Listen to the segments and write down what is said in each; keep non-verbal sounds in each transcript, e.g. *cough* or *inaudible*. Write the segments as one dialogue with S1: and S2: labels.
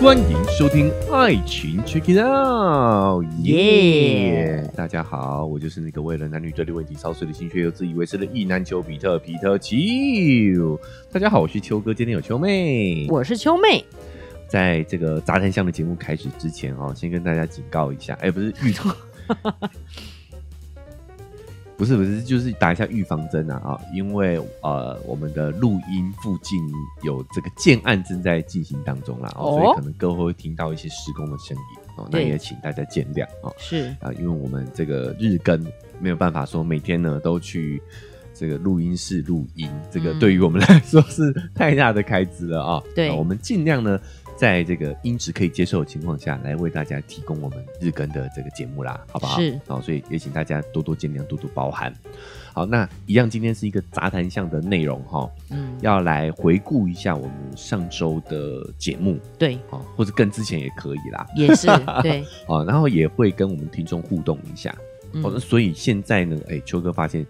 S1: 欢迎收听《爱情 Check It Out》，耶！大家好，我就是那个为了男女对立问题操碎了心却又自以为是的意男丘比特皮特丘。大家好，我是丘哥，今天有丘妹。
S2: 我是秋妹，
S1: 在这个杂谈项的节目开始之前哦，先跟大家警告一下，哎、不是
S2: *laughs*
S1: 预，不是不是，就是打一下预防针啊啊、因为呃，我们的录音附近有这个建案正在进行当中啦，哦，
S2: 哦
S1: 所以可能各位会听到一些施工的声音哦，那
S2: 对
S1: 也请大家见谅哦
S2: 是
S1: 啊，因为我们这个日更没有办法说每天呢都去。这个录音室录音，这个
S2: 嗯
S1: 对于我们来说是太大的开支了啊、
S2: 对
S1: 啊我们尽量呢，在这个音质可以接受的情况下来为大家提供我们日更的这个节目啦，好不好？
S2: 是
S1: 好、所以也请大家多多见谅，多多包涵。好，那一样，今天是一个杂谈项的内容哈、
S2: 嗯，
S1: 要来回顾一下我们上周的节目
S2: 对，
S1: 啊、哦或者更之前也可以啦
S2: 也 *laughs* 是对，
S1: 啊、哦然后也会跟我们听众互动一下。
S2: 嗯
S1: 哦，那所以现在呢，哎，秋哥发现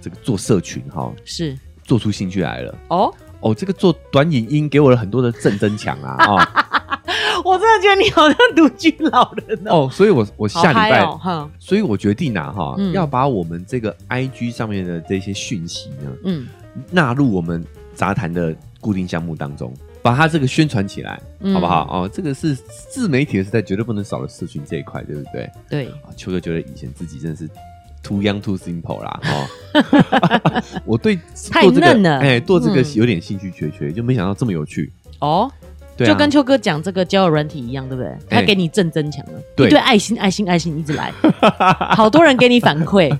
S1: 这个做社群哈、
S2: 是
S1: 做出兴趣来了。
S2: 哦，
S1: 哦，这个做短影音给我了很多的正增强
S2: *laughs*
S1: 啊啊！哦
S2: 我真的觉得你好像独居老人哦，
S1: 哦，所以我我
S2: 好
S1: 下礼
S2: 嗨
S1: 拜，
S2: 哦哈，
S1: 所以我决定啊哈，
S2: 嗯
S1: 要把我们这个 I G 上面的这些讯息呢，
S2: 嗯
S1: 纳入我们杂谈的固定项目当中，把它这个宣传起来，
S2: 嗯
S1: 好不好？哦，这个是自媒体的时代绝对不能少了社群这一块，对不对？
S2: 对，
S1: 啊，秋哥觉得以前自己真的是 too young too simple 啦，哦，
S2: *laughs*
S1: 我对
S2: 太
S1: 做这个
S2: 嫩了
S1: 哎，做这个
S2: 嗯
S1: 有点兴趣缺缺，就没想到这么有趣，
S2: 哦，
S1: 对、啊，
S2: 就跟秋哥讲这个交友软体一样，对不对？他给你正增强了，
S1: 对
S2: 一堆爱心，爱心，爱心一直 *laughs* 来，好多人给你反馈，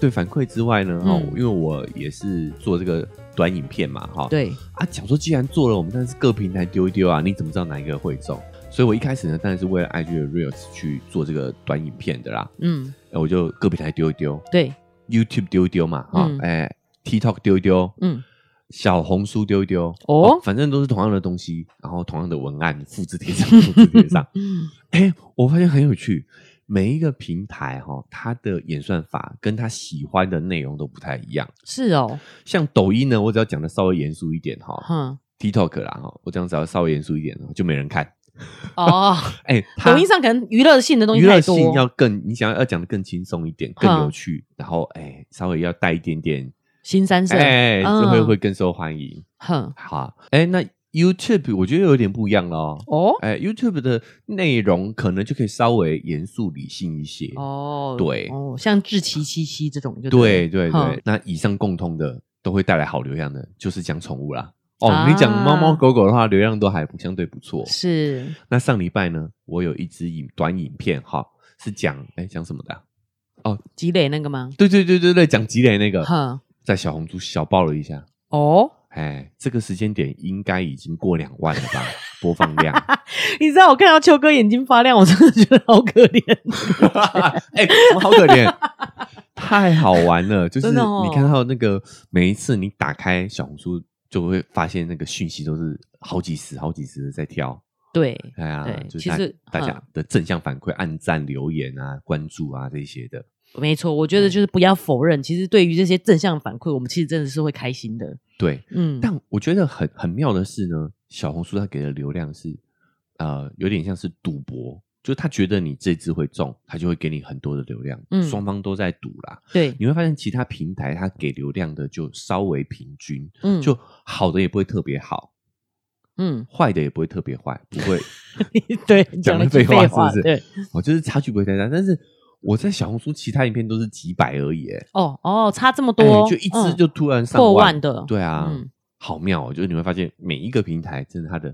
S1: 对反馈之外呢，哈、
S2: 嗯
S1: 因为我也是做这个短影片嘛，哈、
S2: *laughs* 对，
S1: 啊，讲说既然做了，我们但是各平台丢一丢啊，你怎么知道哪一个会中？所以我一开始呢，当然是为了 IG 的 Reels 去做这个短影片的啦，
S2: 嗯，
S1: 哎我就各平台丢一丢
S2: 对，
S1: ，YouTube 丢一丢嘛，哈、
S2: 嗯
S1: 哎、t i k t o k 丢一丢，
S2: 嗯，
S1: 小红书丢一丢，
S2: 哦
S1: 反正都是同样的东西，然后同样的文案，复制贴上，复制贴
S2: *laughs*
S1: 上。
S2: 嗯
S1: 哎、我发现很有趣，每一个平台哈、它的演算法跟他喜欢的内容都不太一样。
S2: 是哦，
S1: 像抖音呢，我只要讲的稍微严肃一点哈、
S2: 哼，
S1: TikTok 啦哈，我这样只要稍微严肃一点，就没人看。
S2: *laughs* 哦，
S1: 哎、它
S2: 抖音上可能娱乐性的东西
S1: 娱乐
S2: 太多，
S1: 性要更，你想要要讲的更轻松一点，更
S2: 哈
S1: 有趣，然后哎、稍微要带一点点，
S2: 新三色，
S1: 哎、就会
S2: 嗯
S1: 会更受欢迎。
S2: 哼，
S1: 好，哎、那 YouTube 我觉得有点不一样了哦。
S2: 哦，
S1: 哎、y o u t u b e 的内容可能就可以稍微严肃理性一些。
S2: 哦，
S1: 对
S2: 哦，像志奇七七这种就
S1: 对对对，
S2: 对哼
S1: 那以上共通的都会带来好流量的，就是讲宠物啦。哦，
S2: 啊
S1: 你讲猫猫狗狗的话，流量都还不相对不错。
S2: 是
S1: 那上礼拜呢，我有一支影短影片哈，是讲哎讲什么的啊、
S2: 积累那个吗？
S1: 对对对对对，讲积累那个，
S2: 哼，
S1: 在小红书小爆了一下。
S2: 哦，
S1: 哎，这个时间点应该已经过两万了
S2: *laughs*
S1: 吧？播放量。
S2: 你知道我看到秋哥眼睛发亮，我真的觉得好可怜。
S1: *laughs* 哎、我好可
S2: *laughs*
S1: 怜，太好玩了！就是
S2: 真的哦
S1: 你看到那个每一次你打开小红书，就会发现那个讯息都是好几十、好几十的在跳。
S2: *laughs* 对，
S1: 哎呀
S2: 对，
S1: 就是
S2: 其
S1: 大
S2: 实
S1: 大家
S2: 嗯
S1: 的正向反馈、按赞、留言啊、关注啊这些的。
S2: 没错，我觉得就是不要否认，其实对于这些正向反馈，我们其实真的是会开心的。
S1: 对，
S2: 嗯，
S1: 但我觉得很很妙的是呢，小红书它给的流量是呃，有点像是赌博。就是他觉得你这支会中，他就会给你很多的流量，
S2: 嗯
S1: 双方都在赌啦。
S2: *laughs* 对，
S1: 你会发现其他平台它给流量的就稍微平均，
S2: 嗯，
S1: 就好的也不会特别好，
S2: 嗯，
S1: 坏的也不会特别坏，不
S2: *laughs*
S1: 会，
S2: 对，
S1: 讲
S2: 了
S1: 了
S2: 句
S1: 废话
S2: 话
S1: 是不是
S2: 对，
S1: 哦，就是差距不会太大。但是我在小红书其他影片都是几百而已，哎
S2: 哦哦，差这么
S1: 哎
S2: 多，
S1: 就一支
S2: 嗯
S1: 就突然上
S2: 破万的，
S1: 对啊，
S2: 嗯
S1: 好妙、哦，就是你会发现每一个平台真的它的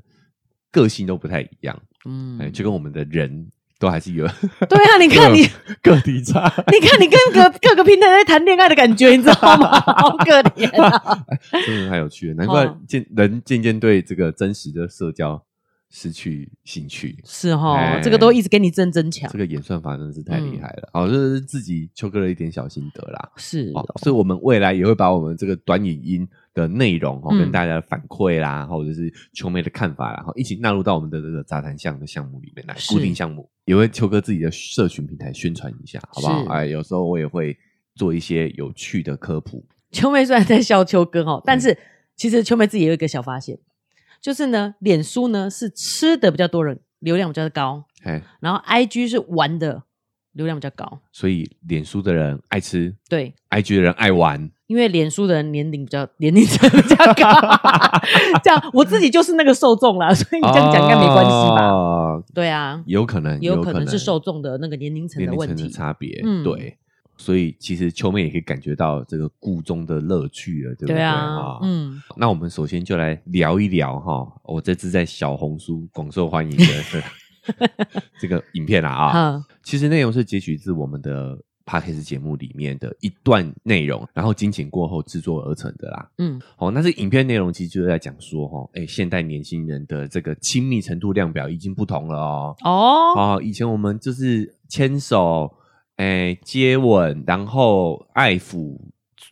S1: 个性都不太一样，
S2: 嗯
S1: 哎，就跟我们的人都还是有
S2: 对啊，你 *laughs* 看你，
S1: *laughs* 个体差。
S2: 你看你跟各各个平台在谈恋爱的感觉，你知道吗？ *laughs* 好可怜啊！
S1: 真的太有趣了，难
S2: *laughs*
S1: 怪
S2: 哦
S1: 渐人渐渐对这个真实的社交失去兴趣。
S2: 是哈
S1: 哎，
S2: 这个都一直给你正增强
S1: 这，个演算法真的是太厉害了，好、这是自己秋哥的一点小心得啦。
S2: 嗯是
S1: 好
S2: 哦，
S1: 所以我们未来也会把我们这个短影音的内容哦，
S2: 嗯
S1: 跟大家的反馈啦，哦或者是秋妹的看法啦，然后一起纳入到我们的这个杂谈项的项目里面来，
S2: 是
S1: 固定项目也会秋哥自己的社群平台宣传一下，好不好？
S2: 是
S1: 哎，有时候我也会做一些有趣的科普，嗯
S2: 秋妹虽然在笑秋哥哦，但是其实秋妹自己也有一个小发现，就是呢，脸书呢是吃的比较多人，流量比较高，
S1: 哎，
S2: 然后 IG 是玩的，流量比较高。
S1: 所以脸书的人爱吃
S2: 对，
S1: ，IG 的人爱玩，
S2: 因为脸书的人年龄比较 *laughs* 年龄层比较
S1: *laughs*
S2: 高，这样我自己就是那个受众啦，所以 *laughs* 你这样讲应该没关系吧？
S1: 哦
S2: 对啊，
S1: 有可能，
S2: 也有可
S1: 可
S2: 能是受众的那个年龄层
S1: 年
S2: 的
S1: 龄
S2: 问
S1: 层的
S2: 题。
S1: 差别，
S2: 嗯
S1: 对。所以其实秋妹也可以感觉到这个故中的乐趣了，对不对哦
S2: 对
S1: 哈
S2: 啊，嗯，
S1: 那我们首先就来聊一聊哈，我这次在小红书广受欢迎的
S2: *laughs*
S1: *laughs* 这个影片啦啊，
S2: 好，
S1: 其实内容是截取自我们的 podcast 节目里面的一段内容，然后精简过后制作而成的啦。
S2: 嗯，
S1: 哦，那这影片内容其实就是在讲说哈，哎，现代年轻人的这个亲密程度量表已经不同了哦。
S2: 哦，
S1: 哦，以前我们就是牵手，哎，接吻，然后爱抚，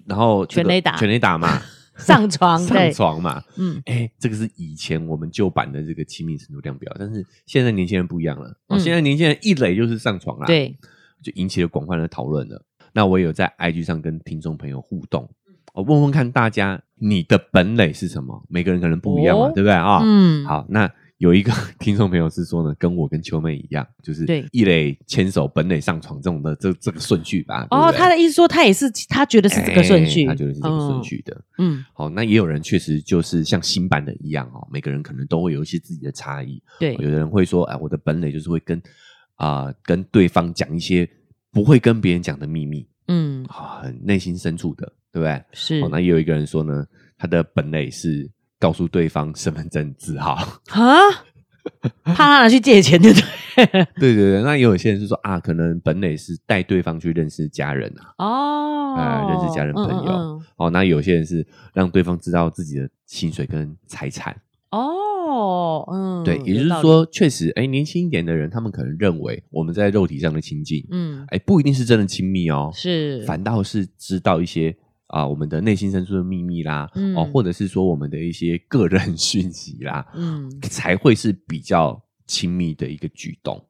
S1: 然后这个
S2: 全垒打
S1: 全垒打
S2: *laughs*
S1: 嘛，
S2: 上床，
S1: 上
S2: 对，
S1: 床嘛，
S2: 嗯，
S1: 哎、这个是以前我们旧版的这个亲密程度量表，但是现在年轻人不一样了，哦
S2: 嗯
S1: 现在年轻人一垒就是上床啦，，
S2: 对，
S1: 就引起了广泛的讨论了。那我也有在 IG 上跟听众朋友互动，我问问看大家你的本垒是什么？每个人可能不一样嘛，
S2: 哦
S1: 对不对啊？
S2: 嗯，，
S1: 好，那有一个 *laughs* 听众朋友是说呢，跟我跟秋妹一样，就是
S2: 对
S1: 一垒牵手、本垒上床这种的这这个顺序吧。对
S2: 哦，
S1: 不对
S2: 他的意思说他也是，他觉得是这个顺序，
S1: 哎他觉得是这个顺序的。
S2: 嗯，嗯，
S1: 好，那也有人确实就是像新版的一样哦，每个人可能都会有一些自己的差异。
S2: 对，
S1: 有的人会说，哎，我的本垒就是会跟啊、跟对方讲一些不会跟别人讲的秘密
S2: 嗯，
S1: 啊，很内心深处的，对不对？
S2: 是
S1: 哦，那也有一个人说呢，他的本垒是告诉对方身份证字号。
S2: 啊，怕他拿去借钱就对了，
S1: 对对对，那也有些人是说啊，可能本垒是带对方去认识家人啊。
S2: *laughs* 哦，
S1: 哎认识家人朋友
S2: 嗯嗯嗯
S1: 哦，那有些人是让对方知道自己的薪水跟财产。
S2: 哦，嗯，
S1: 对，也就是
S2: 有道理，
S1: 说，确实，哎，年轻一点的人，他们可能认为我们在肉体上的亲近，
S2: 嗯，
S1: 哎，不一定是真的亲密哦，
S2: 是，
S1: 反倒是知道一些啊、我们的内心深处的秘密啦，
S2: 嗯
S1: 哦，或者是说我们的一些个人 *laughs* 讯息啦，
S2: 嗯，
S1: 才会是比较亲密的一个举动。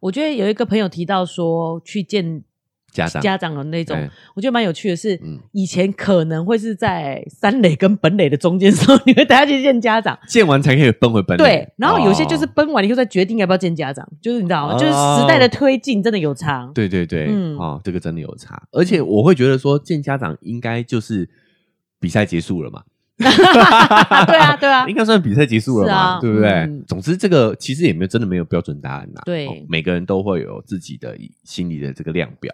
S2: 我觉得有一个朋友提到说去见
S1: 家长，
S2: 家长的那种，
S1: 哎
S2: 我觉得蛮有趣的是，
S1: 嗯
S2: 以前可能会是在三垒跟本垒的中间的时候， *laughs* 你会带他去见家长。
S1: 见完才可以奔回本垒
S2: 对，然后有些就是
S1: 哦
S2: 奔完以后再决定要不要见家长，就是你知道吗？
S1: 哦
S2: 就是时代的推进真的有差。
S1: 对对对，
S2: 嗯
S1: 哦，这个真的有差，而且我会觉得说见家长应该就是比赛结束了
S2: *laughs*
S1: 嘛。
S2: 对
S1: *laughs*
S2: 啊，对啊
S1: 应，该算比赛结束了嘛，
S2: 是啊
S1: 对不对？
S2: 嗯
S1: 总之，这个其实也没有真的没有标准答案啦、哦
S2: 对
S1: 每个人都会有自己的心理的这个量表，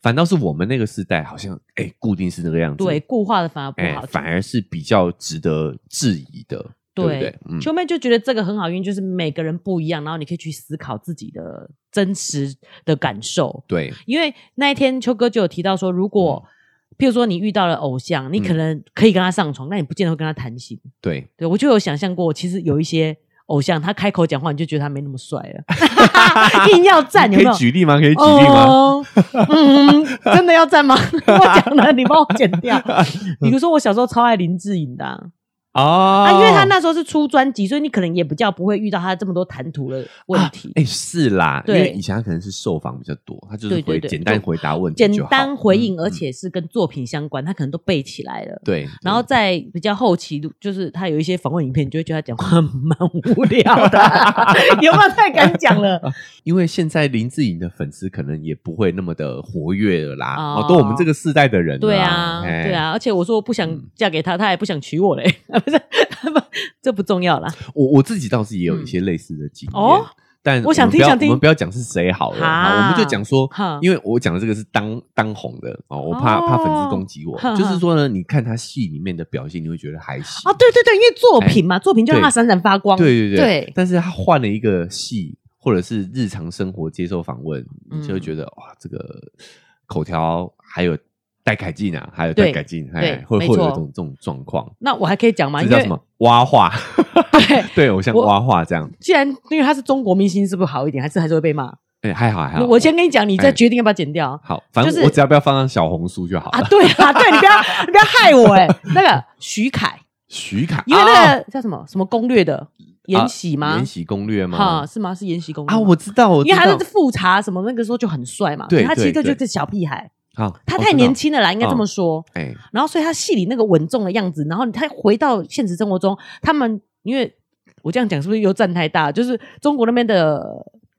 S1: 反倒是我们那个时代好像哎固定是那个样子，
S2: 对，，固化的反而不
S1: 哎
S2: 好。
S1: 反而是比较值得质疑的，对不对？嗯，
S2: 秋妹就觉得这个很好，因为就是每个人不一样，然后你可以去思考自己的真实的感受。
S1: 对，
S2: 因为那一天秋哥就有提到说，如果、
S1: 嗯
S2: 譬如说你遇到了偶像，你可能可以跟他上床，那、你不见得会跟他谈心。
S1: 对，
S2: 对我就有想象过，其实有一些偶像，他开口讲话，你就觉得他没那么帅了， *laughs* 硬要站，有
S1: 可
S2: 没
S1: 以
S2: 有？
S1: 举例吗？可以举例吗？
S2: 哦嗯，真的要站吗？我讲了，你帮我剪
S1: *laughs*
S2: 掉。比如说，我小时候超爱林志颖的啊、
S1: *laughs* 哦，
S2: 啊，因为他那时候是出专辑，所以你可能也比较不会遇到他这么多谈吐的问题
S1: 啊。哎、是啦，因
S2: 对
S1: 为以前他可能是受访比较多，他就是
S2: 对对
S1: 回
S2: 对
S1: 简单
S2: 就
S1: 回答问题
S2: 简
S1: 就好，
S2: 单回应，
S1: 嗯
S2: 而
S1: 嗯
S2: 且是跟作品相关，他可能都背起来了。
S1: 对，
S2: 然后在比较后期，就是他有一些访问影片，你就会觉得他讲话蛮无聊
S1: *laughs*
S2: 的，有没有太敢讲了？
S1: 因为现在林志颖的粉丝可能也不会那么的活跃了啦，
S2: 哦
S1: 哦，都我们这个世代的人了
S2: 对
S1: 啦
S2: 啊，
S1: 哎嗯
S2: 对啊，而且我说我不想嫁给他，他也不想娶我嘞， *laughs*
S1: *laughs*
S2: 不是，这不重要啦。
S1: 我我自己倒是也有一些类似的经验，
S2: 嗯哦
S1: 但
S2: 我想
S1: 们不
S2: 听
S1: 要
S2: 想听
S1: 我们不要讲是谁好了，
S2: 哈
S1: 好我们就讲说
S2: 哈，
S1: 因为我讲的这个是当当红的哦，我怕、
S2: 哦
S1: 怕粉丝攻击我，
S2: 哈哈
S1: 就是说呢，你看他戏里面的表现，你会觉得还行，
S2: 哦，对对对，因为作品嘛，作品就让他闪闪发光。
S1: 哎对对
S2: 对
S1: 但是他换了一个戏，或者是日常生活接受访问，
S2: 嗯
S1: 你就会觉得哇，这个口条还有带改进啊，还有带
S2: 对
S1: 改进，
S2: 对
S1: 哎，会会
S2: 没
S1: 有
S2: 错
S1: 这种这种状况，
S2: 那我还可以讲吗？
S1: 这
S2: 因
S1: 叫
S2: 为
S1: 什么挖话？
S2: *laughs* 对，
S1: *laughs* 对我像
S2: 我
S1: 挖话这样，
S2: 既然因为他是中国明星，是不是好一点？还是还是会被骂？
S1: 哎，还好还好。
S2: 我先跟你讲，你再
S1: 哎
S2: 决定要不要剪掉。
S1: 好，反正
S2: 就是
S1: 我只要不要放上小红书就 *laughs* 好
S2: 啊，
S1: 了。
S2: 对啊， *laughs* 对你不要你不要害我
S1: *laughs*
S2: 哎、那个徐凯，
S1: 徐凯，
S2: 因为那
S1: 啊
S2: 个叫什么什么攻略的延禧吗？
S1: 延禧攻略
S2: 哈
S1: 吗？
S2: 是吗？是延禧攻略
S1: 啊，
S2: 吗
S1: 我知道，我知
S2: 因为他
S1: 道
S2: 在。复查什么那个时候就很帅嘛，
S1: 对
S2: 他其实
S1: 对
S2: 就
S1: 对
S2: 就是小屁孩，
S1: 好，
S2: 他
S1: 我
S2: 太
S1: 知道
S2: 年，轻了啦，应该这么说。
S1: 哎，
S2: 然后所以他戏里那个稳重的样子，然后他回到现实生活中，他们因为我这样讲是不是又站太大？就是中国那边的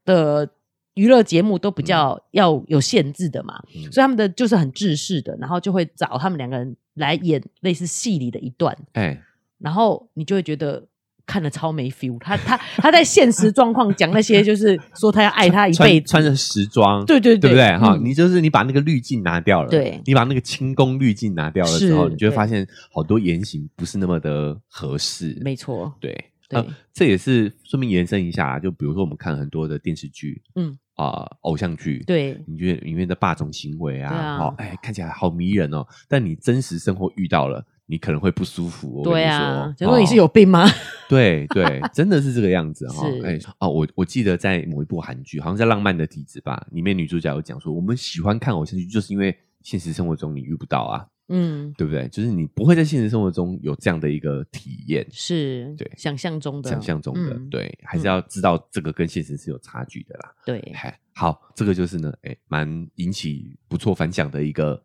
S2: 的娱乐节目都比较要有限制的嘛，
S1: 嗯
S2: 所以他们的就是很制式的，然后就会找他们两个人来演类似戏里的一段，
S1: 哎，
S2: 然后你就会觉得。看了超没 feel，他
S1: *laughs*
S2: 他他在现实状况讲那些，就是说他要爱他一
S1: 穿
S2: 辈子，
S1: 穿着时装，
S2: 对对
S1: 对不对？哈，
S2: 嗯
S1: 你就是你把那个滤镜拿掉了，
S2: 对
S1: 你把那个清宫滤镜拿掉了之
S2: 是
S1: 后，你就会
S2: 对
S1: 发现好多言行不是那么的合适，
S2: 嗯没错，
S1: 对，
S2: 对
S1: 呃，这也是顺便延伸一下，啊就比如说我们看很多的电视剧，
S2: 嗯
S1: 啊、偶像剧，，
S2: 对
S1: 你觉得里面的霸总行为
S2: 对啊
S1: 啊，哦，哎，看起来好迷人哦，但你真实生活遇到了，你可能会不舒服。我跟
S2: 对
S1: 你
S2: 啊
S1: 说，
S2: 就说你是、
S1: 哦
S2: 有病吗？
S1: 对对，真的是这个样子哈、
S2: 是
S1: 哎哦，我我记得在某一部韩剧，好像在《浪漫的体质》吧，里面女主角有讲说，我们喜欢看偶像剧，就是因为现实生活中你遇不到啊，
S2: 嗯，
S1: 对不对？就是你不会在现实生活中有这样的一个体验。
S2: 是，
S1: 对
S2: 想象中的，
S1: 想象中的，
S2: 嗯
S1: 对，还是要知道这个跟现实是有差距的啦。
S2: 对，
S1: 嗨，好，这个就是呢，哎，蛮引起不错反响的一个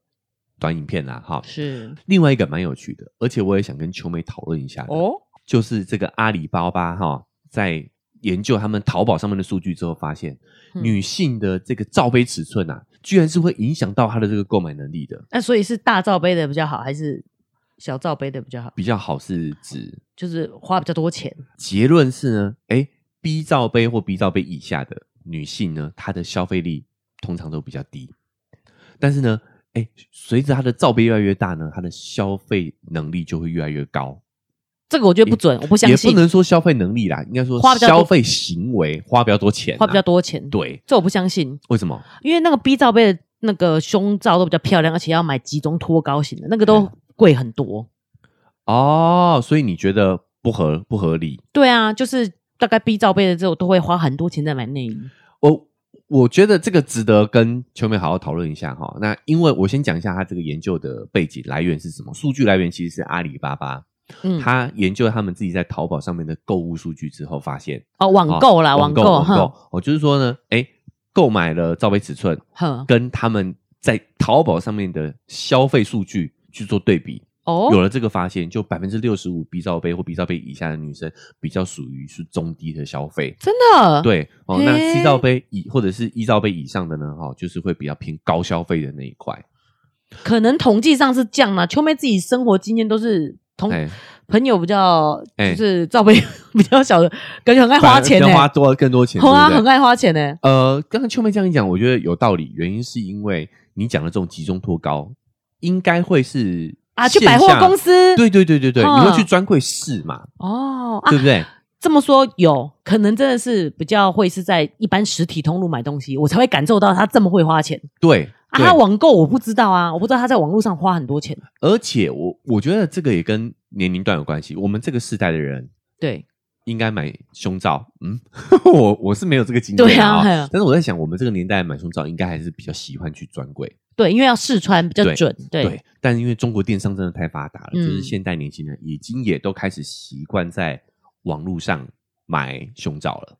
S1: 短影片啦，哈。
S2: 是
S1: 另外一个蛮有趣的，而且我也想跟秋梅讨论一下哦，
S2: 哦，
S1: 就是这个阿里巴巴哈，在研究他们淘宝上面的数据之后，发现
S2: 嗯
S1: 女性的这个罩杯尺寸啊，居然是会影响到她的这个购买能力的。
S2: 那所以是大罩杯的比较好，还是小罩杯的比较好？
S1: 比较好是指
S2: 就是花比较多钱，
S1: 结论是呢，哎，B 罩杯或 B 罩杯以下的女性呢，她的消费力通常都比较低。但是呢，哎，随着她的罩杯越来越大呢，她的消费能力就会越来越高。
S2: 这个我觉得不准，我不相
S1: 也
S2: 信
S1: 不，能说消费能力啦，应该说
S2: 花比较多
S1: 消费行为花比较多钱啊、
S2: 花比较多钱，，
S1: 对。
S2: 这我不相信，
S1: 为什么？
S2: 因为那个 B 罩杯的那个胸罩都比较漂亮，而且要买集中托高型的，那个都贵很多。
S1: 哦，所以你觉得不合不合理？
S2: 对啊，就是大概 B 罩杯的这种都会花很多钱在买内衣。
S1: 我我觉得这个值得跟秋妹好好讨论一下哈。那因为我先讲一下他这个研究的背景来源是什么，数据来源其实是阿里巴巴，
S2: 嗯，
S1: 他研究他们自己在淘宝上面的购物数据之后发现，
S2: 哦，网购啦，
S1: 哦网
S2: 网购，
S1: 网
S2: 哼
S1: 购，哦，就是说呢，哎，购买了罩杯尺寸
S2: 哼，
S1: 跟他们在淘宝上面的消费数据去做对比，
S2: 哦，
S1: 有了这个发现，就百分之六十五 B 罩杯或 B 罩杯以下的女生比较属于是中低的消费，
S2: 真的，
S1: 对哦，那
S2: 啊嘿
S1: C 罩杯以或者是一罩杯以上的呢，哈、就是会比较偏高消费的那一块。
S2: 可能统计上是这样啦。秋妹自己生活经验都是同
S1: 哎，
S2: 朋友比较，
S1: 哎
S2: 就是罩杯 *laughs* 比较小的，感觉很爱花钱
S1: 反
S2: 呢、
S1: 而要花多更多钱，
S2: 花
S1: 对不
S2: 很
S1: 对？
S2: 爱花钱欸呢、
S1: 呃，刚刚秋妹这样一讲，我觉得有道理，原因是因为你讲的这种集中托高，应该会是
S2: 啊，去
S1: 线
S2: 百货
S1: 下
S2: 公。司，
S1: 对对对对对，
S2: 嗯
S1: 你会去专柜试嘛，
S2: 哦啊
S1: 对，不对？
S2: 这么说有可能真的是比较会是在一般实体通路买东西，我才会感受到他这么会花钱
S1: 对
S2: 啊。
S1: 对
S2: 他网购我不知道啊，我不知道他在网络上花很多钱。
S1: 而且我我觉得这个也跟年龄段有关系，我们这个世代的人
S2: 对，
S1: 应该买胸罩，嗯， *laughs* 我我是没有这个经验
S2: 对啊嘿
S1: 啊
S2: 啊，
S1: 但是我在想，我们这个年代买胸罩应该还是比较喜欢去专柜，
S2: 对，因为要试穿比较
S1: 对
S2: 准。对，
S1: 但因为中国电商真的太发达了，
S2: 嗯
S1: 就是现代年轻人已经也都开始习惯在网络上买胸罩了，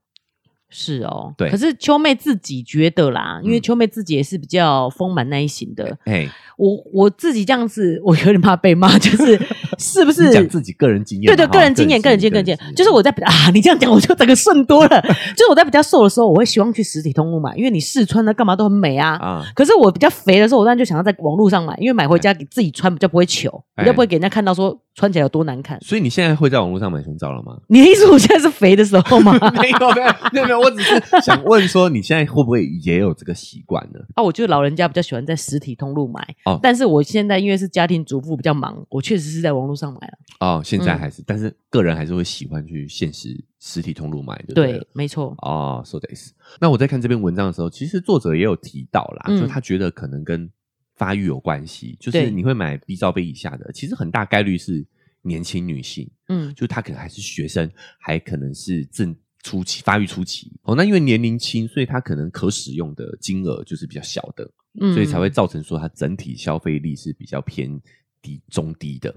S2: 是哦。
S1: 对
S2: 可是秋妹自己觉得啦，因为
S1: 嗯
S2: 秋妹自己也是比较丰满那一型的。
S1: 哎，
S2: 我我自己这样子，我有点怕被骂，就是是不是
S1: 你讲自己个人经验
S2: 对
S1: 嘛，
S2: 对，
S1: 哈
S2: 个人经验，个人经验，个人经验，就是我在比 *laughs* 较啊，你这样讲我就整个顺多
S1: *laughs*
S2: 了。就是我在比较瘦的时候，我会希望去实体通路买，因为你试穿的干嘛都很美啊。
S1: 啊，
S2: 可是我比较肥的时候，我当然就想要在网络上买，因为买回家给自己穿比较不会糗，
S1: 哎
S2: 比较不会给人家看到说穿起来有多难看。
S1: 所以你现在会在网络上买胸罩了吗？ *laughs*
S2: 你的意思我现在是肥的时候吗？ *laughs*
S1: 没有没有没有没有，我只是想问说，你现在会不会也有这个习惯呢？
S2: 啊，我就老人家比较喜欢在实体通路买，
S1: 哦
S2: 但是我现在因为是家庭主妇比较忙，我确实是在网络上买了。
S1: 哦，现在
S2: 嗯
S1: 还是，但是个人还是会喜欢去现实实体通路买，对不对了？
S2: 对，没错，
S1: 哦，说的是。那我在看这篇文章的时候，其实作者也有提到啦，
S2: 嗯
S1: 就是他觉得可能跟发育有关系，就是
S2: 对
S1: 你会买 B 罩杯以下的，其实很大概率是年轻女性，
S2: 嗯，
S1: 就她可能还是学生，还可能是正初期发育初期。哦，那因为年龄轻，所以她可能可使用的金额就是比较小的，
S2: 嗯
S1: 所以才会造成说她整体消费力是比较偏低中低的。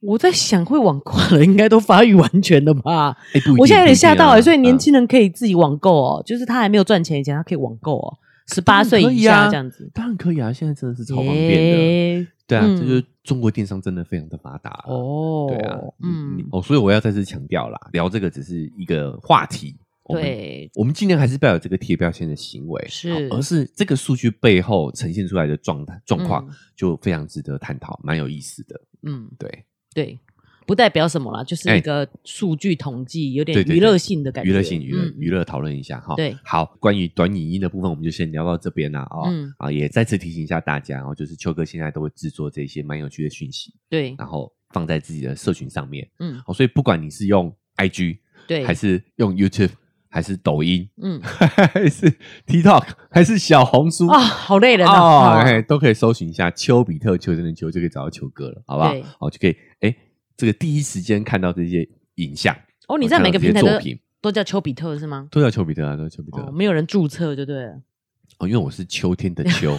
S2: 我在想，会网购的人应该都发育完全了吧？
S1: 哎、不一定
S2: 我现在有点吓到哎、
S1: 不一定啊
S2: 所以年
S1: 嗯
S2: 轻人可以自己网购哦，就是他还没有赚钱以前，他可以网购哦，十八岁以
S1: 可以
S2: 下
S1: 啊
S2: 这样子，
S1: 当然可以啊，现在真的是超方便的。
S2: 耶
S1: 对啊，
S2: 嗯
S1: 这就是中国电商真的非常的发达。哦，
S2: 哦，
S1: 对啊，嗯
S2: 嗯，，
S1: 哦，所以我要再次强调啦，聊这个只是一个话题，我们
S2: 对，
S1: 我们尽量还是不要有这个贴标签的行为，
S2: 是
S1: 好而是这个数据背后呈现出来的状态状况
S2: 嗯，
S1: 就非常值得探讨，蛮有意思的。
S2: 嗯，
S1: 对，
S2: 对，不代表什么啦，就是一个数据统计，有
S1: 哎
S2: 点
S1: 对对对
S2: 娱乐性的感觉，
S1: 娱乐性娱乐
S2: 嗯
S1: 娱乐讨论一下哈。
S2: 对
S1: 好，关于短影音的部分，我们就先聊到这边啦哦
S2: 嗯
S1: 啊，也再次提醒一下大家哦，就是秋哥现在都会制作这些蛮有趣的讯息，
S2: 对，
S1: 然后放在自己的社群上面
S2: 嗯，
S1: 哦，所以不管你是用 IG
S2: 对，
S1: 还是用 YouTube 还是抖音 *laughs*
S2: 嗯
S1: 还是 TikTok 还是小红书
S2: 啊，好累人
S1: 哦，
S2: 啊，
S1: 哎，都可以搜寻一下丘比特丘真的丘，就可以找到丘哥了，好不好
S2: 对？
S1: 哦，就可以哎，这个第一时间看到这些影像。
S2: 哦，你在每个平台
S1: 看
S2: 都
S1: 到这些作品
S2: 都叫丘比特是吗？
S1: 都叫丘比特啊，都叫丘比特啊
S2: 哦，没有人注册就对了， *laughs*
S1: 哦，因为我是秋天的秋。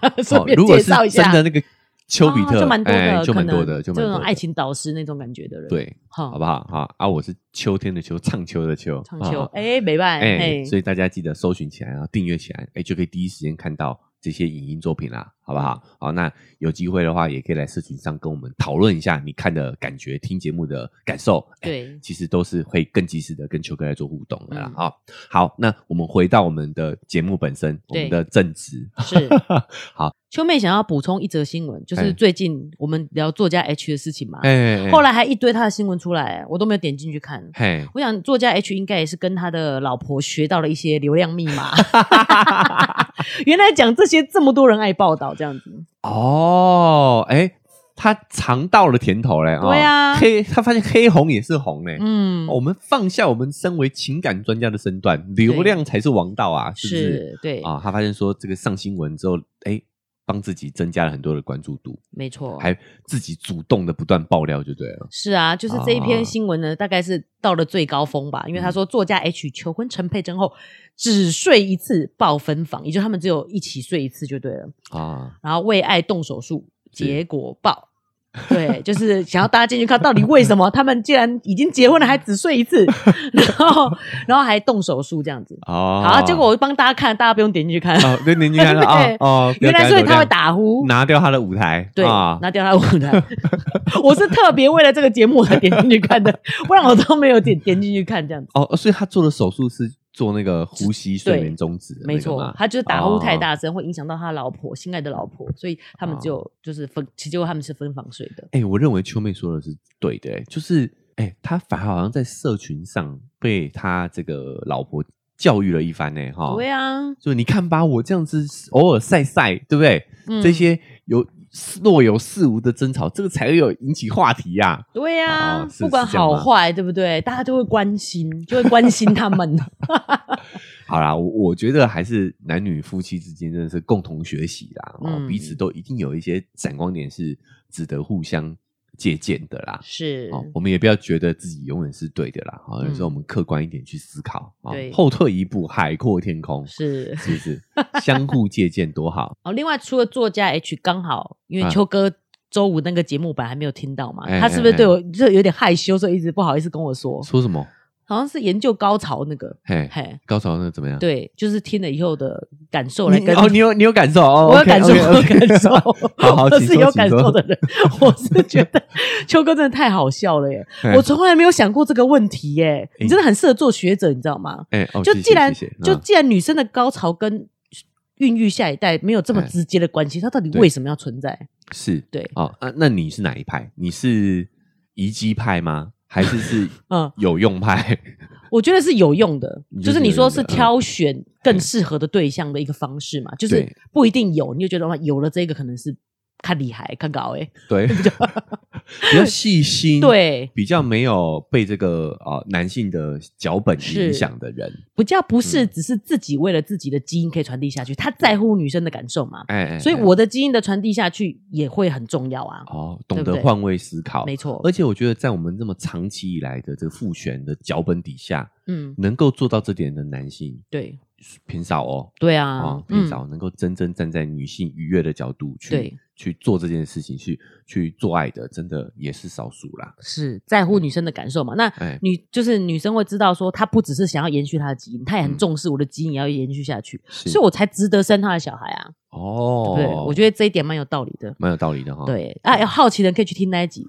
S1: 哦，
S2: 顺便
S1: 如果
S2: 介
S1: 是
S2: 绍一下，
S1: 真的那个丘比特，
S2: 哦就蛮多
S1: 哎
S2: 的，
S1: 就蛮多
S2: 可
S1: 的，
S2: 能
S1: 就蛮
S2: 这
S1: 多
S2: 种
S1: 的
S2: 爱，情导师那种感觉的人，，
S1: 对，
S2: 好
S1: 好不好？好啊，我是秋天的秋，唱秋的秋，
S2: 唱秋，
S1: 啊
S2: 哎，没办，
S1: 哎，
S2: 哎，
S1: 所以大家记得搜寻起来，然后订阅起来，哎，就可以第一时间看到这些影音作品啦，好不好？好，那有机会的话，也可以来社群上跟我们讨论一下你看的感觉、听节目的感受，哎
S2: 对，
S1: 其实都是会更及时的跟球哥来做互动的啦
S2: 嗯。
S1: 啊、好，那我们回到我们的节目本身，我
S2: 对啊
S1: 们的正职，
S2: 是
S1: *laughs* 好。
S2: 秋妹想要补充一则新闻，就
S1: 哎
S2: 是最近我们聊作家 H 的事情嘛，
S1: 哎、
S2: 后来还一堆他的新闻出来，我都没有点进去看。
S1: 嘿，
S2: 我想作家 H 应该也是跟他的老婆学到了一些流量密
S1: *laughs*
S2: 码， *laughs* 原来讲这些这么多人爱报道这样子，
S1: 哦，哎、他尝到了甜头嘞，哦
S2: 对啊
S1: 黑他发现黑红也是红嘞。
S2: 嗯
S1: 哦，我们放下我们身为情感专家的身段，流量才是王道啊，是不是？
S2: 是对，
S1: 啊、他发现说这个上新闻之后，哎，帮自己增加了很多的关注度，
S2: 没错，
S1: 还自己主动的不断爆料就对了。
S2: 是啊，就是这一
S1: 啊
S2: 篇新闻呢，大概是到了最高峰吧，因
S1: 嗯
S2: 为他说作家 H 求婚陈佩珍后只睡一次爆分房，也就是他们只有一起睡一次就对了，
S1: 啊，
S2: 然后为爱动手术，
S1: 是
S2: 结果爆。对，就是想要大家进去看到底为什么他们竟然已经结婚了还只睡一次，然后然后还动手术这样子。
S1: 哦，
S2: 好，啊结果我帮大家看，大家不用点进去看。
S1: 哦，对，您
S2: *laughs*
S1: 看到啊
S2: 对
S1: 哦，
S2: 原来所以他会
S1: 不要给他
S2: 打
S1: 流
S2: 呼
S1: 量，拿掉他的舞台，
S2: 对，
S1: 啊，
S2: 拿掉他的舞台。 *laughs* 我是特别为了这个节目我才点进去看的， *laughs* 不然我都没有点点进去看这样子。
S1: 哦，所以他做的手术是做那个呼吸睡眠终止的那
S2: 没
S1: 个
S2: 错
S1: 吗，，
S2: 他就是打呼太大声，会影响到他老婆心爱的老婆，所以他们
S1: 哦
S2: 就就是分，其实他们是分房睡的。
S1: 哎，我认为秋妹说的是对的，哎就是哎，他反而好像在社群上被他这个老婆教育了一番呢，哈，
S2: 对啊，
S1: 就你看吧，我这样子偶尔晒晒，对不对？
S2: 嗯
S1: 这些有若有似无的争吵，这个才会有引起话题呀。
S2: 对呀
S1: 哦，是
S2: 不管
S1: 是这样
S2: 好
S1: 吗
S2: 坏，对不对？大家就会关心， *laughs* 就会关心
S1: *laughs*
S2: 他们。
S1: 好啦，我我觉得还是男女夫妻之间真的是共同学习啦，哦，
S2: 嗯
S1: 彼此都一定有一些闪光点是值得互相借鉴的啦。
S2: 是，
S1: 哦，我们也不要觉得自己永远是对的啦。哦，有时候我
S2: 嗯
S1: 们客观一点去思考，哦
S2: 对
S1: 后退一步，海阔天空，
S2: 是。
S1: *laughs* 是不是？相互借鉴多好。
S2: *laughs* 哦，另外除了作家 H，刚好因
S1: 啊
S2: 为秋哥周五那个节目本来还没有听到嘛，
S1: 哎
S2: 他是不是
S1: 哎
S2: 对我就有点害羞，所以一直不好意思跟我说，
S1: 说什么？
S2: 好像是研究高潮那个，
S1: 嘿，
S2: 嘿，
S1: 高潮那怎么样？
S2: 对，就是听了以后的感受来
S1: 你，
S2: 跟
S1: 哦，你有你有感受哦，
S2: 我有
S1: OK，
S2: 感受，
S1: OK，
S2: 我有
S1: OK，
S2: 感受
S1: *laughs* 好好，
S2: 我
S1: 请
S2: 是
S1: 说
S2: 有
S1: 请
S2: 感
S1: 说
S2: 受的人，我
S1: *laughs*
S2: 是觉得秋哥真的太好笑了耶
S1: 哎！
S2: 我从来没有想过这个问题耶，你真的很适合做学者，你知道吗？
S1: 哎，哦
S2: 就
S1: 谢谢
S2: 既然
S1: 谢谢
S2: 就
S1: 嗯
S2: 既然女生的高潮跟孕育下一代没有这么直接的关系，它到底
S1: 对
S2: 为什么要存在？
S1: 是
S2: 对，
S1: 哦，啊，那你是哪一派？你是遗迹派吗？还是
S2: *laughs*
S1: 是
S2: 嗯
S1: 有用派？ *laughs*
S2: 我觉得是有用的
S1: 你，觉得
S2: 就是
S1: 是
S2: 你
S1: 有
S2: 说
S1: 用的嗯
S2: 是挑选更适合的对象的一个方式嘛，就是
S1: 对
S2: 不一定有，你就觉得哇，有了这个可能是看厉害、看高哎，
S1: 对， *laughs* 比较细心，，
S2: 对，
S1: 比较没有被这个啊、呃男性的脚本
S2: 是
S1: 影响的人，
S2: 不叫不是只是自己为了自己的基因可以传递下去，他在乎女生的感受嘛，
S1: 哎哎，
S2: 所以
S1: 哎
S2: 我的基因的传递下去也会很重要啊，
S1: 哦，懂
S2: 对
S1: 得
S2: 不对
S1: 换位思考，
S2: 没错
S1: 而，且我觉得，在我们这么长期以来的这个父权的脚本底下，
S2: 嗯，
S1: 能够做到这点的男性
S2: 对，
S1: 偏少哦，
S2: 对
S1: 啊、
S2: 啊，
S1: 偏少，能够真正站在女性愉悦的角度去
S2: 对
S1: 去做这件事情，去去做爱的，真的也是少数啦。
S2: 是在乎女生的感受嘛？那
S1: 哎，
S2: 女就是女生会知道说，她不只是想要延续她的基因，她也很
S1: 嗯
S2: 重视我的基因也要延续下去，
S1: 是
S2: 所以我才值得生她的小孩啊。
S1: 哦，
S2: 对，我觉得这一点蛮有道理的。
S1: 蛮有道理的哈。，
S2: 对啊，有好奇的人可以去听那
S1: *laughs*
S2: 一集，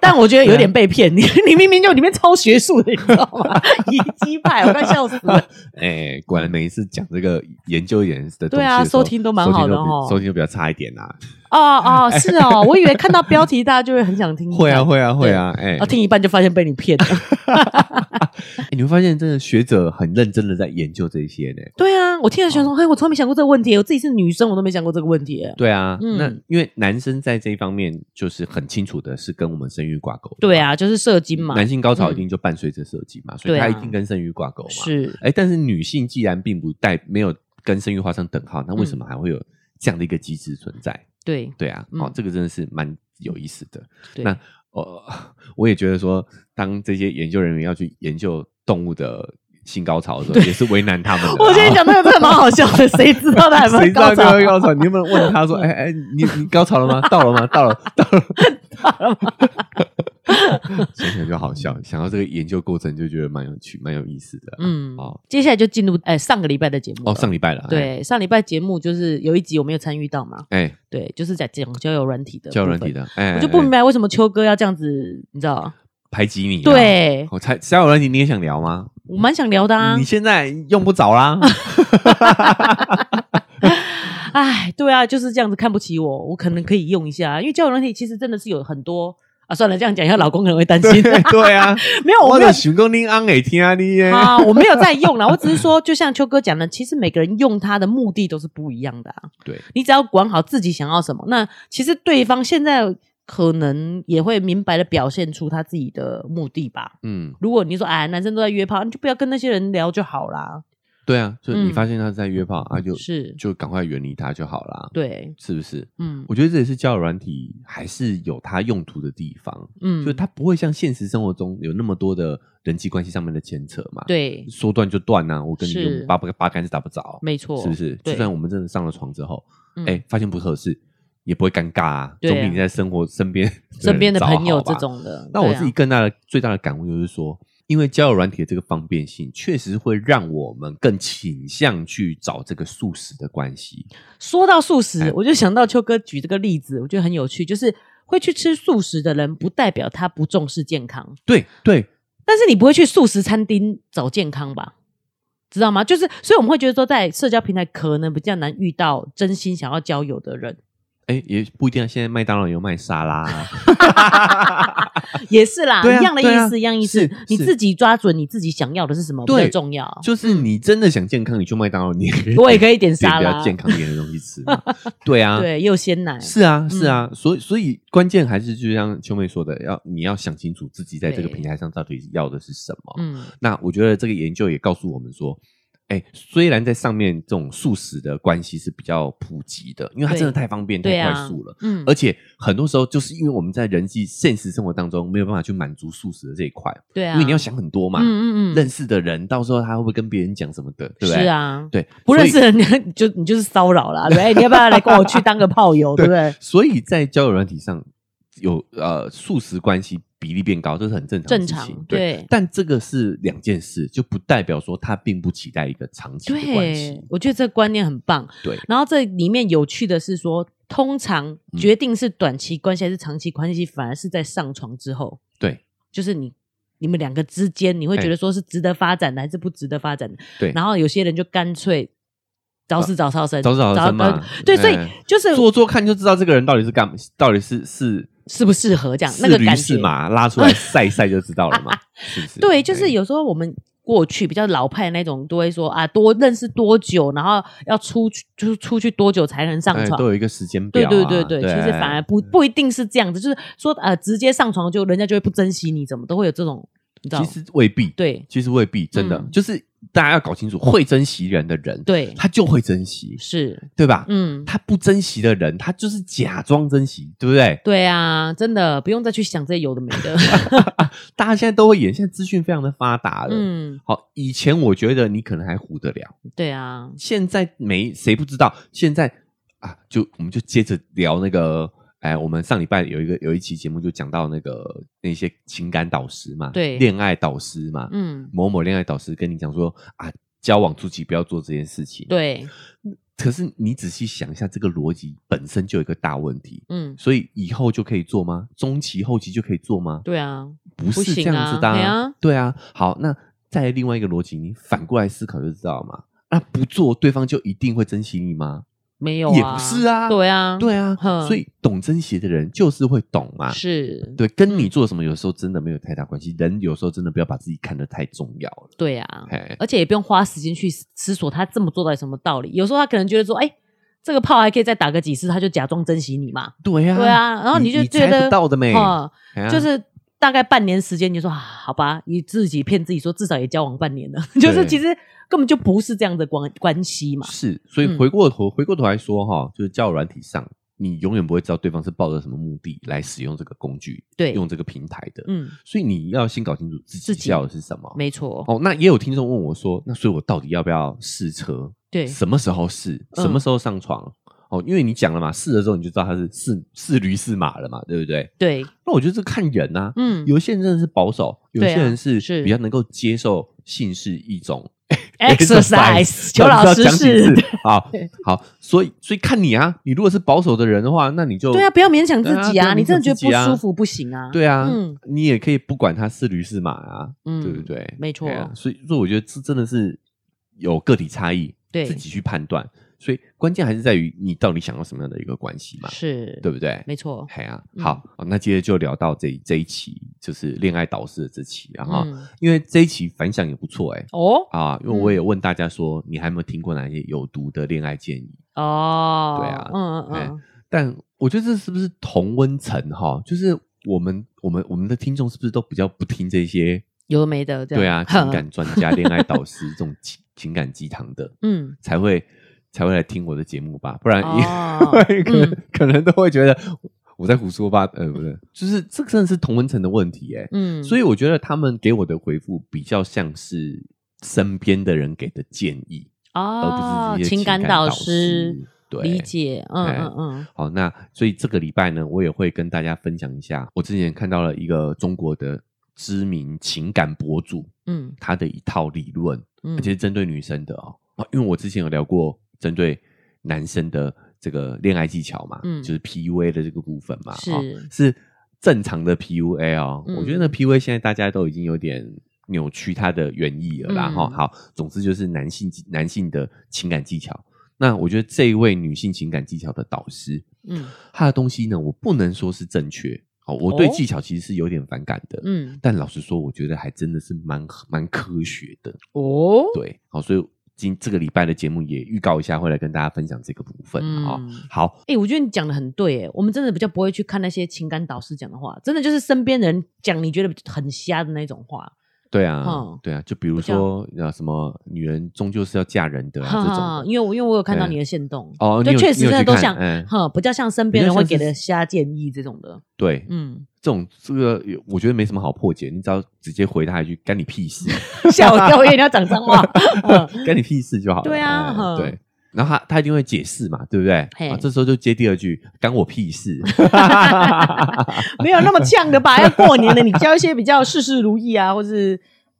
S2: 但我觉得有点
S1: 啊
S2: 被骗。你你明明就里面超学术的，你知道吗？以鸡派，我快笑死了。
S1: 哎，果然每一次讲这个研究点的东西的时候，
S2: 对啊收听都蛮好的哦
S1: 收听都比收听都比较差一点啊啦。
S2: 哦哦，是哦，我以为看到标题大家就会很想听。
S1: 会啊，，会啊，会啊，哎
S2: 嗯啊，，听一半就发现被你
S1: *laughs*
S2: 骗了。
S1: 哎你会发现，真的学者很认真的在研究这些呢。
S2: 对啊，我听了
S1: 哦
S2: 想说，嘿，我从来没想过这个问题，我自己是女生，我都没想过这个问题。
S1: 对啊，
S2: 嗯
S1: 那因为男生在这一方面就是很清楚的是跟我们生育挂钩的。
S2: 对啊，就是射精嘛，
S1: 男性高潮
S2: 嗯
S1: 一定就伴随着射精嘛，所以
S2: 对
S1: 它
S2: 啊
S1: 一定跟生育挂钩嘛。，
S2: 是
S1: 哎，但是女性既然并不带没有跟生育画上等号，那为什
S2: 嗯
S1: 么还会有这样的一个机制存在？
S2: 对
S1: 对啊，
S2: 嗯
S1: 哦，这个真的是蛮有意思的。
S2: 对
S1: 那呃， *laughs* 我也觉得说，当这些研究人员要去研究动物的性高潮的时候，也是为难他们的啦。啊
S2: 我觉得你讲那个真的蛮好笑的，谁知道他有没
S1: 谁
S2: 有
S1: 知道高
S2: 高潮？
S1: 高潮？你有没有问
S2: *laughs*
S1: 他说：“哎哎，你你高潮了吗？到了吗？到了，到了，到了吗？” *laughs* 想想就好笑，想到这个研究过程就觉得蛮有趣、蛮有意思的。嗯，
S2: 嗯
S1: 哦，
S2: 接下来就进入哎上个礼拜的节目
S1: 哦，
S2: 了
S1: 上礼拜了，哎，
S2: 对上礼拜节目就是有一集我没有参与到嘛，
S1: 哎，
S2: 对，就是在讲交友软体的
S1: 教
S2: 部
S1: 软
S2: 分
S1: 体，的，哎，
S2: 我就不明
S1: 哎
S2: 白为什么秋哥要这样子，你知道？
S1: 排挤你。，
S2: 对，
S1: 我才教软体你也想聊吗？
S2: 我蛮想聊的啊
S1: 你，现在用不着
S2: *laughs*
S1: 啦。
S2: 哎，对啊，就是这样子看不起我，我可能可以用一下，因为交友软体其实真的是有很多啊，算了，这样讲一下，老公可能会担心，
S1: 对对啊，
S2: 没有，我
S1: 我
S2: 没有
S1: 的想讲你昂会听你耶。
S2: 啊，我没有在用啦，我只是说，就像秋哥讲的，其实每个人用它的目的都是不一样的、啊。
S1: 对，
S2: 你只要管好自己想要什么，那其实对方现在可能也会明白的表现出他自己的目的吧。
S1: 嗯，
S2: 如果你说哎，男生都在约炮，你就不要跟那些人聊就好啦。
S1: 对啊，就你
S2: 嗯，
S1: 发现他在约炮啊，就是就赶快远离他就好啦。
S2: 对，
S1: 是不是？
S2: 嗯
S1: 我觉得这也是交友软体还是有它用途的地方，
S2: 嗯，
S1: 就是它不会像现实生活中有那么多的人际关系上面的牵扯嘛。，
S2: 对，
S1: 说断就断呐、我跟你
S2: 是
S1: 用八八竿子打不着，
S2: 没错，
S1: 是不是？
S2: 对
S1: 就算我们真的上了床之后，
S2: 嗯
S1: 哎、发现不合适，也不会尴尬啊，
S2: 对啊
S1: 总比你在生活身边
S2: 身边
S1: *laughs* 人
S2: 的
S1: 找好
S2: 朋友
S1: 吧
S2: 这。种的，
S1: 那我
S2: 对啊
S1: 自己更大的、最大的感悟就是说，因为交友软体的这个方便性，确实会让我们更倾向去找这个素食的关系。
S2: 说到素食
S1: 哎，
S2: 我就想到秋哥举这个例子，我觉得很有趣，就是会去吃素食的人，不代表他不重视健康，
S1: 对对，
S2: 但是你不会去素食餐厅找健康吧？知道吗？就是，所以我们会觉得说，在社交平台可能比较难遇到真心想要交友的人，
S1: 哎、也不一定啊。现在麦当劳有卖沙拉、啊，
S2: 也是啦，
S1: 对啊
S2: 一样的
S1: 对
S2: 意
S1: 啊
S2: 思，一样意思
S1: 是。
S2: 你
S1: 是
S2: 自己抓准你自己想要的是什么比
S1: 对
S2: 较重要。
S1: 就是你真的想健康，你去麦当劳，你也可以
S2: 嗯我也可以点
S1: 点
S2: 沙
S1: 比
S2: 拉
S1: 较，健康一点的东西吃
S2: *laughs*
S1: 嘛。对啊，
S2: 对，也嗯有鲜奶，
S1: 是啊，是啊。所以，所以关键还是就像秋妹说的，要你要想清楚自己在这个
S2: 对
S1: 平台上到底要的是什么。
S2: 嗯，
S1: 那我觉得这个研究也告诉我们说。哎，虽然在上面这种素食的关系是比较普及的，因为它
S2: 对
S1: 真的太方便、
S2: 对
S1: 太快
S2: 啊
S1: 速了，，
S2: 嗯
S1: 而，且很多时候就是因为我们在人际现实生活当中没有办法去满足素食的这一块，
S2: 对啊，
S1: 因为你要想很多嘛，
S2: 嗯嗯嗯，
S1: 认识的人，到时候他会不会跟别人讲什么的，对不对？
S2: 是，啊，
S1: 对，
S2: 不认识
S1: 所以。
S2: 的人， *laughs* 你就你就是骚扰啦，对不对，你要不要来跟我去当个炮
S1: *laughs*
S2: 友，对不对？
S1: 所以在交友软体上有呃素食关系比例变高，这是很正常的
S2: 正
S1: 事
S2: 常
S1: 情。，
S2: 对
S1: 但这个是两件事，就不代表说他并不期待一个长期的关
S2: 对
S1: 系。，
S2: 我觉得这个观念很棒。
S1: 对，
S2: 然后这里面有趣的是说，通常
S1: 嗯
S2: 决定是短期关系还是长期关系，反而是在上床之后，
S1: 对，
S2: 就是你你们两个之间，你会
S1: 哎
S2: 觉得说是值得发展的还是不值得发展的。
S1: 对啊
S2: 然后有些人就干脆早死早超生，
S1: 早死早超生嘛
S2: 对，所以
S1: 哎
S2: 就是
S1: 做做看就知道这个人到底是干，到底是是
S2: 适不适合这样，那
S1: 是
S2: 个
S1: 驴
S2: 感
S1: 是
S2: 觉。
S1: 马，拉出来晒一晒就知道了
S2: *laughs*
S1: 嘛，是不是？
S2: 对，就
S1: 哎
S2: 是有时候我们过去比较老派的那种，都会说啊，多认识多久，然后要出去就是出去多久才能上
S1: 哎
S2: 床。
S1: 都有一个时间
S2: 对
S1: 表啊。
S2: 对对对，其实反而不不一定是这样子，就是说呃，直接上床就人家就会不珍惜你，怎么都会有这种，你知道
S1: 其？实未必，
S2: 对
S1: 其实未必，真的、
S2: 嗯
S1: 就是大家要搞清楚，会珍惜人的人，
S2: 对，
S1: 他就会珍惜，
S2: 是，
S1: 对吧？
S2: 嗯，
S1: 他不珍惜的人，他就是假装珍惜，对不对？
S2: 对啊，真的不用再去想这些有的没
S1: *laughs*
S2: 的，
S1: 大家现在都会演，现在资讯非常的发达了。
S2: 嗯，
S1: 好，以前我觉得你可能还唬得了，
S2: 对啊，
S1: 现在没谁不知道，现在啊，就我们就接着聊那个，哎，我们上礼拜有一个有一期节目就讲到那个那些情感导师嘛，
S2: 对
S1: 恋爱导师嘛，
S2: 嗯，
S1: 某某恋爱导师跟你讲说啊，交往初期不要做这件事情。，
S2: 对，
S1: 可是你仔细想一下，这个逻辑本身就有一个大问题，
S2: 嗯，
S1: 所以以后就可以做吗？中期、后期就可以做吗？
S2: 对啊，
S1: 不
S2: 不
S1: 是这
S2: 行
S1: 样子的、
S2: 啊对啊
S1: 对啊。好，那再另外一个逻辑，你反过来思考就知道嘛。那不做，对方就一定会珍惜你吗？
S2: 没有、啊，
S1: 也不是啊
S2: 对啊，
S1: 对啊，
S2: 哼
S1: 所以懂珍惜的人就是会懂嘛。
S2: 是，
S1: 对，跟你做什么有时候真的没有太大关系。人有时候真的不要把自己看得太重要了。
S2: 对啊，
S1: 嘿，
S2: 而且也不用花时间去思索他这么做到底什么道理。有时候他可能觉得说，哎、这个炮还可以再打个几次，他就假装珍惜你嘛。
S1: 对呀、
S2: 对啊，然后
S1: 你
S2: 就
S1: 你
S2: 觉
S1: 猜
S2: 得
S1: 不到的没
S2: 哦
S1: 哎呀
S2: 就是大概半年时间，你就说啊，好吧，你自己骗自己说至少也交往半年了， *laughs* 就是其实根本就不是这样的关关系嘛。
S1: 是，所以
S2: 嗯
S1: 回过头、回过头来说哈，就是交友软体上，你永远不会知道对方是抱着什么目的来使用这个工具，
S2: 对
S1: 用这个平台的。
S2: 嗯，
S1: 所以你要先搞清楚自
S2: 自
S1: 己
S2: 己
S1: 要的是什么。
S2: 没错，
S1: 哦，那也有听众问我说，那所以我到底要不要试车？
S2: 对
S1: 什么时候试？
S2: 嗯
S1: 什么时候上床？哦，因为你讲了嘛，试了之后你就知道它是是是驴是马了嘛，对不对？
S2: 对，
S1: 那我觉得这看人啊，
S2: 嗯，
S1: 有些人真的是保守，有
S2: 对啊
S1: 些人是
S2: 是
S1: 比较能够接受性是一种
S2: *laughs* exercise，
S1: 到
S2: 求
S1: 底 *laughs*
S2: 老
S1: 要
S2: 师
S1: 讲几
S2: 是
S1: 次，
S2: *laughs*
S1: 好好，所以所以看你啊，你如果是保守的人的话，那你就
S2: 对啊，不要勉强自己
S1: 哦对啊
S2: 啊，
S1: 不要
S2: 你真的觉
S1: 勉强
S2: 得
S1: 自己啊
S2: 不舒服不行啊。
S1: 对啊
S2: 嗯，
S1: 你也可以不管他是驴是马啊，
S2: 嗯，
S1: 对不对？
S2: 没错
S1: 对啊所以所以我觉得这真的是有个体差异，
S2: 对
S1: 自己去判断，所以关键还是在于你到底想要什么样的一个关系嘛，
S2: 是，
S1: 对不对？
S2: 没错，
S1: 哎呀、
S2: 嗯
S1: 好、哦那接着就聊到这一这一期，就是恋爱导师的这期，然后、
S2: 嗯
S1: 因为这一期反响也不错哎、
S2: 哦
S1: 啊，因为我也问大家说，你还有没有听过哪些有毒的恋爱建议？
S2: 哦，
S1: 对啊
S2: 嗯嗯
S1: 哎
S2: 嗯，
S1: 但我觉得这是不是同温层哈？就是我们我们我们的听众是不是都比较不听这些？
S2: 有的没的，这
S1: 对
S2: *laughs* 样
S1: 啊，情，感专家、恋爱导师这种情情感鸡汤的，
S2: 嗯，
S1: 才会才会来听我的节目吧？不然一、
S2: 哦
S1: *laughs* 可能、
S2: 嗯
S1: 可能都会觉得我在胡说八呃，不是，就是这个真的是同温层的问题哎、
S2: 嗯，
S1: 所
S2: 以
S1: 以我觉得他们给我的回复比较像是身边的人给的建议。而
S2: 哦
S1: 呃不，是直接
S2: 情
S1: 情
S2: 感
S1: 感
S2: 导
S1: 导
S2: 师
S1: 师对
S2: 理解，嗯
S1: 哎
S2: 嗯嗯，
S1: 好，那所以这个礼拜呢，我也会跟大家分享一下，我之前看到了一个中国的知名情感博主，
S2: 嗯
S1: 他的一套理论，
S2: 嗯，
S1: 而且是针对女生的哦。哦因为我之前有聊过针对男生的这个恋爱技巧嘛，
S2: 嗯
S1: 就是 PUA 的这个部分嘛，哦
S2: 是
S1: 是正常的 PUA 哦。
S2: 嗯
S1: 我觉得呢 PUA 现在大家都已经有点扭曲它的原意了啦。
S2: 嗯
S1: 哈、好，总之就是男性技男性的情感技巧。那我觉得这一位女性情感技巧的导师，
S2: 嗯
S1: 她的东西呢，我不能说是正确。哦，我对
S2: 哦
S1: 技巧其实是有点反感的。
S2: 嗯
S1: 但老实说，我觉得还真的是蛮蛮科学的，
S2: 哦，
S1: 对，好，所以今这个礼拜的节目也预告一下，会来跟大家分享这个部分啊、
S2: 嗯
S1: 好，
S2: 哎、我觉得你讲的很对，哎，我们真的比较不会去看那些情感导师讲的话，真的就是身边人讲你觉得很瞎的那种话，
S1: 对啊，
S2: 嗯
S1: 对啊，就比如说呃，什么女人终究是要嫁人的啊、这种的
S2: 因为我因为我有看到
S1: 哎
S2: 你的线动，
S1: 哦你
S2: 对，
S1: 有
S2: 确实
S1: 你有
S2: 真的
S1: 去
S2: 都
S1: 看
S2: 像，
S1: 哎
S2: 哈、比较像身边
S1: 比较
S2: 人会
S1: 像
S2: 给
S1: 是
S2: 的瞎建议这种的，
S1: 对， *laughs*
S2: 嗯，
S1: 这种这个有我觉得没什么好破解，你只要直接回他一句“干你屁事
S2: 吓我一跳，我以为你要讲脏话，嗯”，
S1: 干你屁事就好了。
S2: 对啊
S1: 哎
S2: 哼
S1: 对。然后他他一定会解释嘛，对不对？
S2: 嘿
S1: 啊，这时候就接第二句“干我屁事”，
S2: 没有那么呛的吧？要过年了，你教一些比较事事如意啊，或是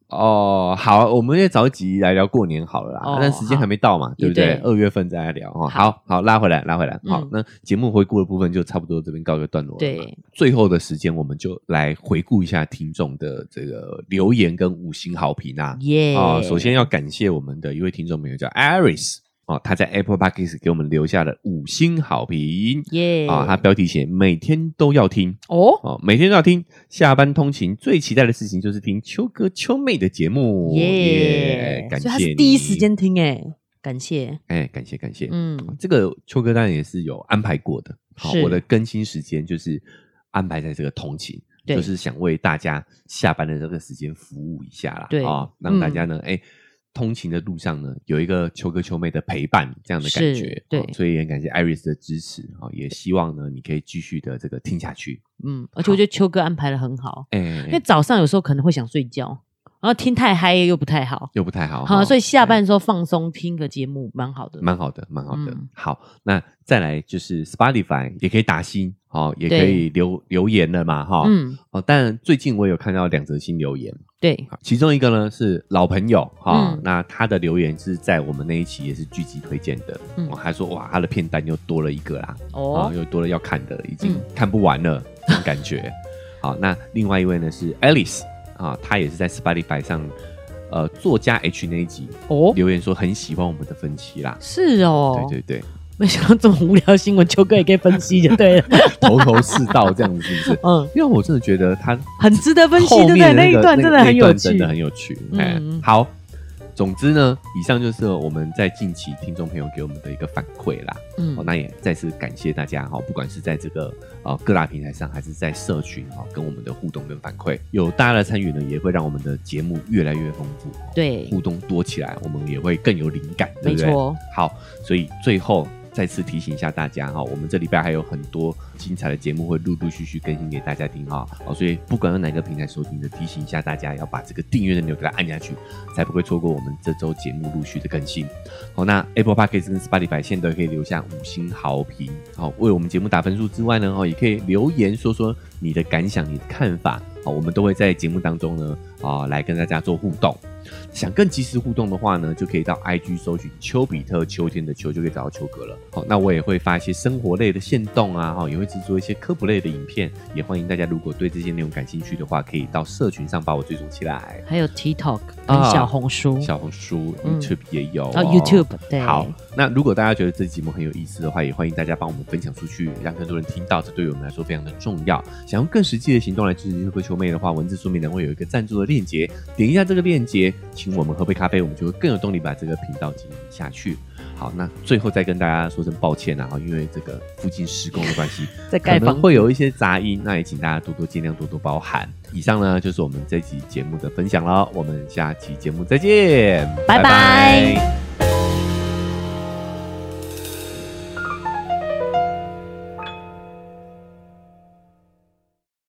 S1: 哦，好，我们也找一集来聊过年好了啦，
S2: 哦
S1: 但时间还没到嘛，对不对
S2: 也？对
S1: 二月份再来聊哦。好好拉回来，拉回来。好
S2: 嗯，
S1: 那节目回顾的部分就差不多这边告一个段落了。，
S2: 对，
S1: 最后的时间我们就来回顾一下听众的这个留言跟五星好评啊。
S2: 耶、
S1: *laughs* 哦，首先要感谢我们的一位听众朋友叫 Iris 哦，他在 Apple Podcast 给我们留下了五星好评
S2: 耶
S1: 啊，他标题写每天都要听。
S2: 哦，
S1: 哦，每天都要听。下班通勤最期待的事情就是听秋哥秋妹的节目，
S2: 耶、
S1: 感
S2: 所以他
S1: 谢
S2: 是
S1: 你
S2: 第一时，间听、哎，感谢，
S1: 哎，感谢感谢。哦
S2: 嗯，
S1: 这个秋哥当然也是有安排过的，好，
S2: 是
S1: 我的更新时间就是安排在这个通勤，
S2: 对
S1: 就是想为大家下班的这个时间服务一下啦，
S2: 对嗯
S1: 啊、让大家呢，哎、通勤的路上呢，有一个秋哥秋妹的陪伴，这样的感
S2: 是
S1: 觉，
S2: 对
S1: 哦所以也很感谢 Iris 的支持啊、哦也希望呢，你可以继续的这个听下去，
S2: 嗯，而且我觉得秋哥安排的很好，
S1: 哎、
S2: 因为早上有时候可能会想睡觉，然后听太嗨又不太好。
S1: 又不太好
S2: 好，
S1: 哈哎
S2: 所以下班的时候放松听个节目蛮好的。
S1: 哦蛮好的，蛮好的。
S2: 嗯
S1: 好，那再来就是 Spotify 也可以打星，哦，也可
S2: 对
S1: 以留留言了嘛，哈、
S2: 嗯，
S1: 哦，但最近我有看到两则新留言，
S2: 对，
S1: 好其中一个呢是老朋友哈、
S2: 嗯
S1: 那他的留言是在我们那一期也是剧集推荐的，
S2: 嗯
S1: 哦，他说哇，他的片单又多了一个啦，啊、
S2: 哦，
S1: 又多了要看的，已经
S2: 嗯
S1: 看不完
S2: *laughs*
S1: 了，这种感觉。好，那另外一位呢是 Alice 啊，她也是在 Spotify 上，呃，作家 H 那一集
S2: 哦，
S1: 留言说很喜欢我们的分析啦。
S2: 是哦，
S1: 对对对，
S2: 没想到这么无聊的新闻，秋哥也可以分析就对了。？
S1: *laughs* 头头是道这样子是不是
S2: *laughs* 嗯，
S1: 因为我真的觉得他
S2: 很值得分析，
S1: 后
S2: 对不
S1: 面的
S2: 对？那
S1: 那
S2: 一
S1: 个
S2: 段
S1: 那
S2: 真
S1: 个
S2: 的
S1: 那
S2: 很
S1: 一
S2: 有
S1: 段
S2: 趣
S1: 真。的很有趣。
S2: 嗯
S1: 哎
S2: 嗯，
S1: 好，总之呢，以上就是我们在近期听众朋友给我们的一个反馈啦。哦，
S2: 嗯，
S1: 那也再次感谢大家哈、哦，不管是在这个呃各大平台上，还是在社群哈、哦，跟我们的互动跟反馈，有大家的参与呢，也会让我们的节目越来越丰富，
S2: 对，
S1: 互动多起来，我们也会更有灵感，对
S2: 没
S1: 不对？
S2: 错，
S1: 好，所以最后再次提醒一下大家哈、我们这礼拜还有很多精彩的节目会陆陆续续更新给大家听哈、哦。所以不管用哪个平台收听的，提醒一下大家要把这个订阅的钮给它按下去，才不会错过我们这周节目陆续的更新。好，那 Apple Podcast 跟 Spotify 现在都可以留下五星好评，好、为我们节目打分数之外呢，哦，也可以留言说说你的感想、你的看法，好、我们都会在节目当中呢，啊、来跟大家做互动。想更及时互动的话呢，就可以到 IG 搜寻丘比特秋天的秋，就可以找到秋哥了。好，那我也会发一些生活类的线动啊，哈，也会制作一些科普类的影片，也欢迎大家如果对这些内容感兴趣的话，可以到社群上把我追踪起来。
S2: 还有 TikTok
S1: 啊
S2: 跟小红书，
S1: 小红书、
S2: 哦嗯
S1: YouTube 也有啊
S2: 哦，YouTube 对，
S1: 好，那如果大家觉得这期节目很有意思的话，也欢迎大家帮我们分享出去，让更多人听到，这对于我们来说非常的重要。想用更实际的行动来支持这个球妹的话，文字说明栏会有一个赞助的链接，点一下这个链接，请我们喝杯咖啡，我们就会更有动力把这个频道经营下去。好，那最后再跟大家说声抱歉啦，哈，因为这个附近施工的关系，
S2: 在
S1: 可
S2: 盖
S1: 能
S2: 房
S1: 会有一些杂音，那也请大家多多见谅，多多包涵。以上呢就是我们这期节目的分享了，我们下期节目再见，
S2: 拜拜